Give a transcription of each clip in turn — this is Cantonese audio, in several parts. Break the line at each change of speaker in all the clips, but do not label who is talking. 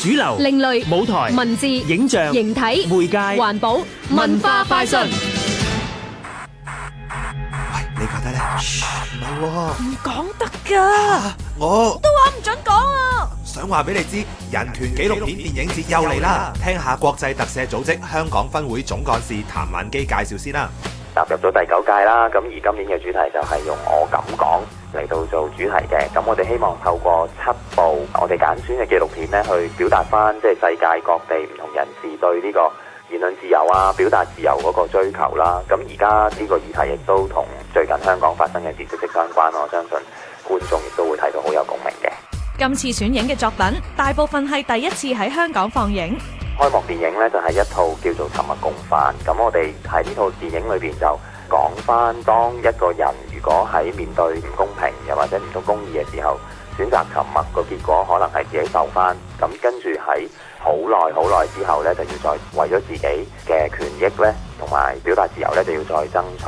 主流、
另類
舞台、
文字、
影像、
形體、
媒介、
環保、文化快訊。
喂，你覺得咧？唔係喎，
唔講得噶，
我
都話唔准講啊！
想話俾你知，人權紀錄片電影節又嚟啦！聽下國際特赦組織香港分會總幹事譚萬基介紹先啦。
踏入咗第九屆啦，咁而今年嘅主題就係用我敢講嚟到做主題嘅，咁我哋希望透過七部我哋揀選嘅紀錄片呢，去表達翻即係世界各地唔同人士對呢個言論自由啊、表達自由嗰個追求啦。咁而家呢個議題亦都同最近香港發生嘅事息息相關，我相信觀眾亦都會睇到好有共鳴嘅。
今次選影嘅作品，大部分係第一次喺香港放映。
開幕電影呢，就係一套叫做《沉默共犯》。咁我哋喺呢套電影裏邊就講翻，當一個人如果喺面對唔公平又或者唔公義嘅時候，選擇沉默個結果可能係自己受翻。咁跟住喺好耐好耐之後呢，就要再為咗自己嘅權益呢，同埋表達自由呢，就要再爭取。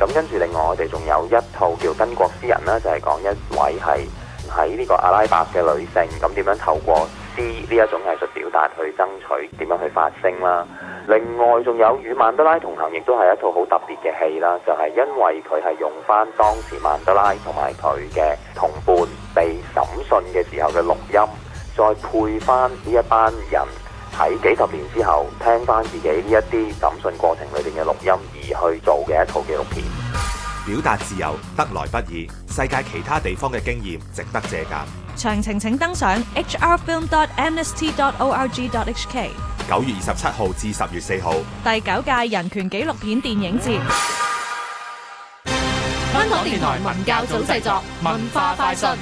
咁跟住另外我哋仲有一套叫《巾幗詩人》啦，就係講一位係。喺呢個阿拉伯嘅女性，咁點樣透過詩呢一種藝術表達去爭取點樣去發聲啦？另外仲有與曼德拉同行，亦都係一套好特別嘅戲啦，就係、因為佢係用翻當時曼德拉同埋佢嘅同伴被審訊嘅時候嘅錄音，再配翻呢一班人喺幾十年之後聽翻自己呢一啲審訊過程裏邊嘅錄音而去做嘅一套紀錄片。
表達自由得來不易，世界其他地方嘅經驗值得借鑑。
詳情請登上 hrfilm.amnesty.org.hk
九月二十七號至十月四號，
第九屆人權紀錄片電影節。
香港電台文教組製作，文化快訊。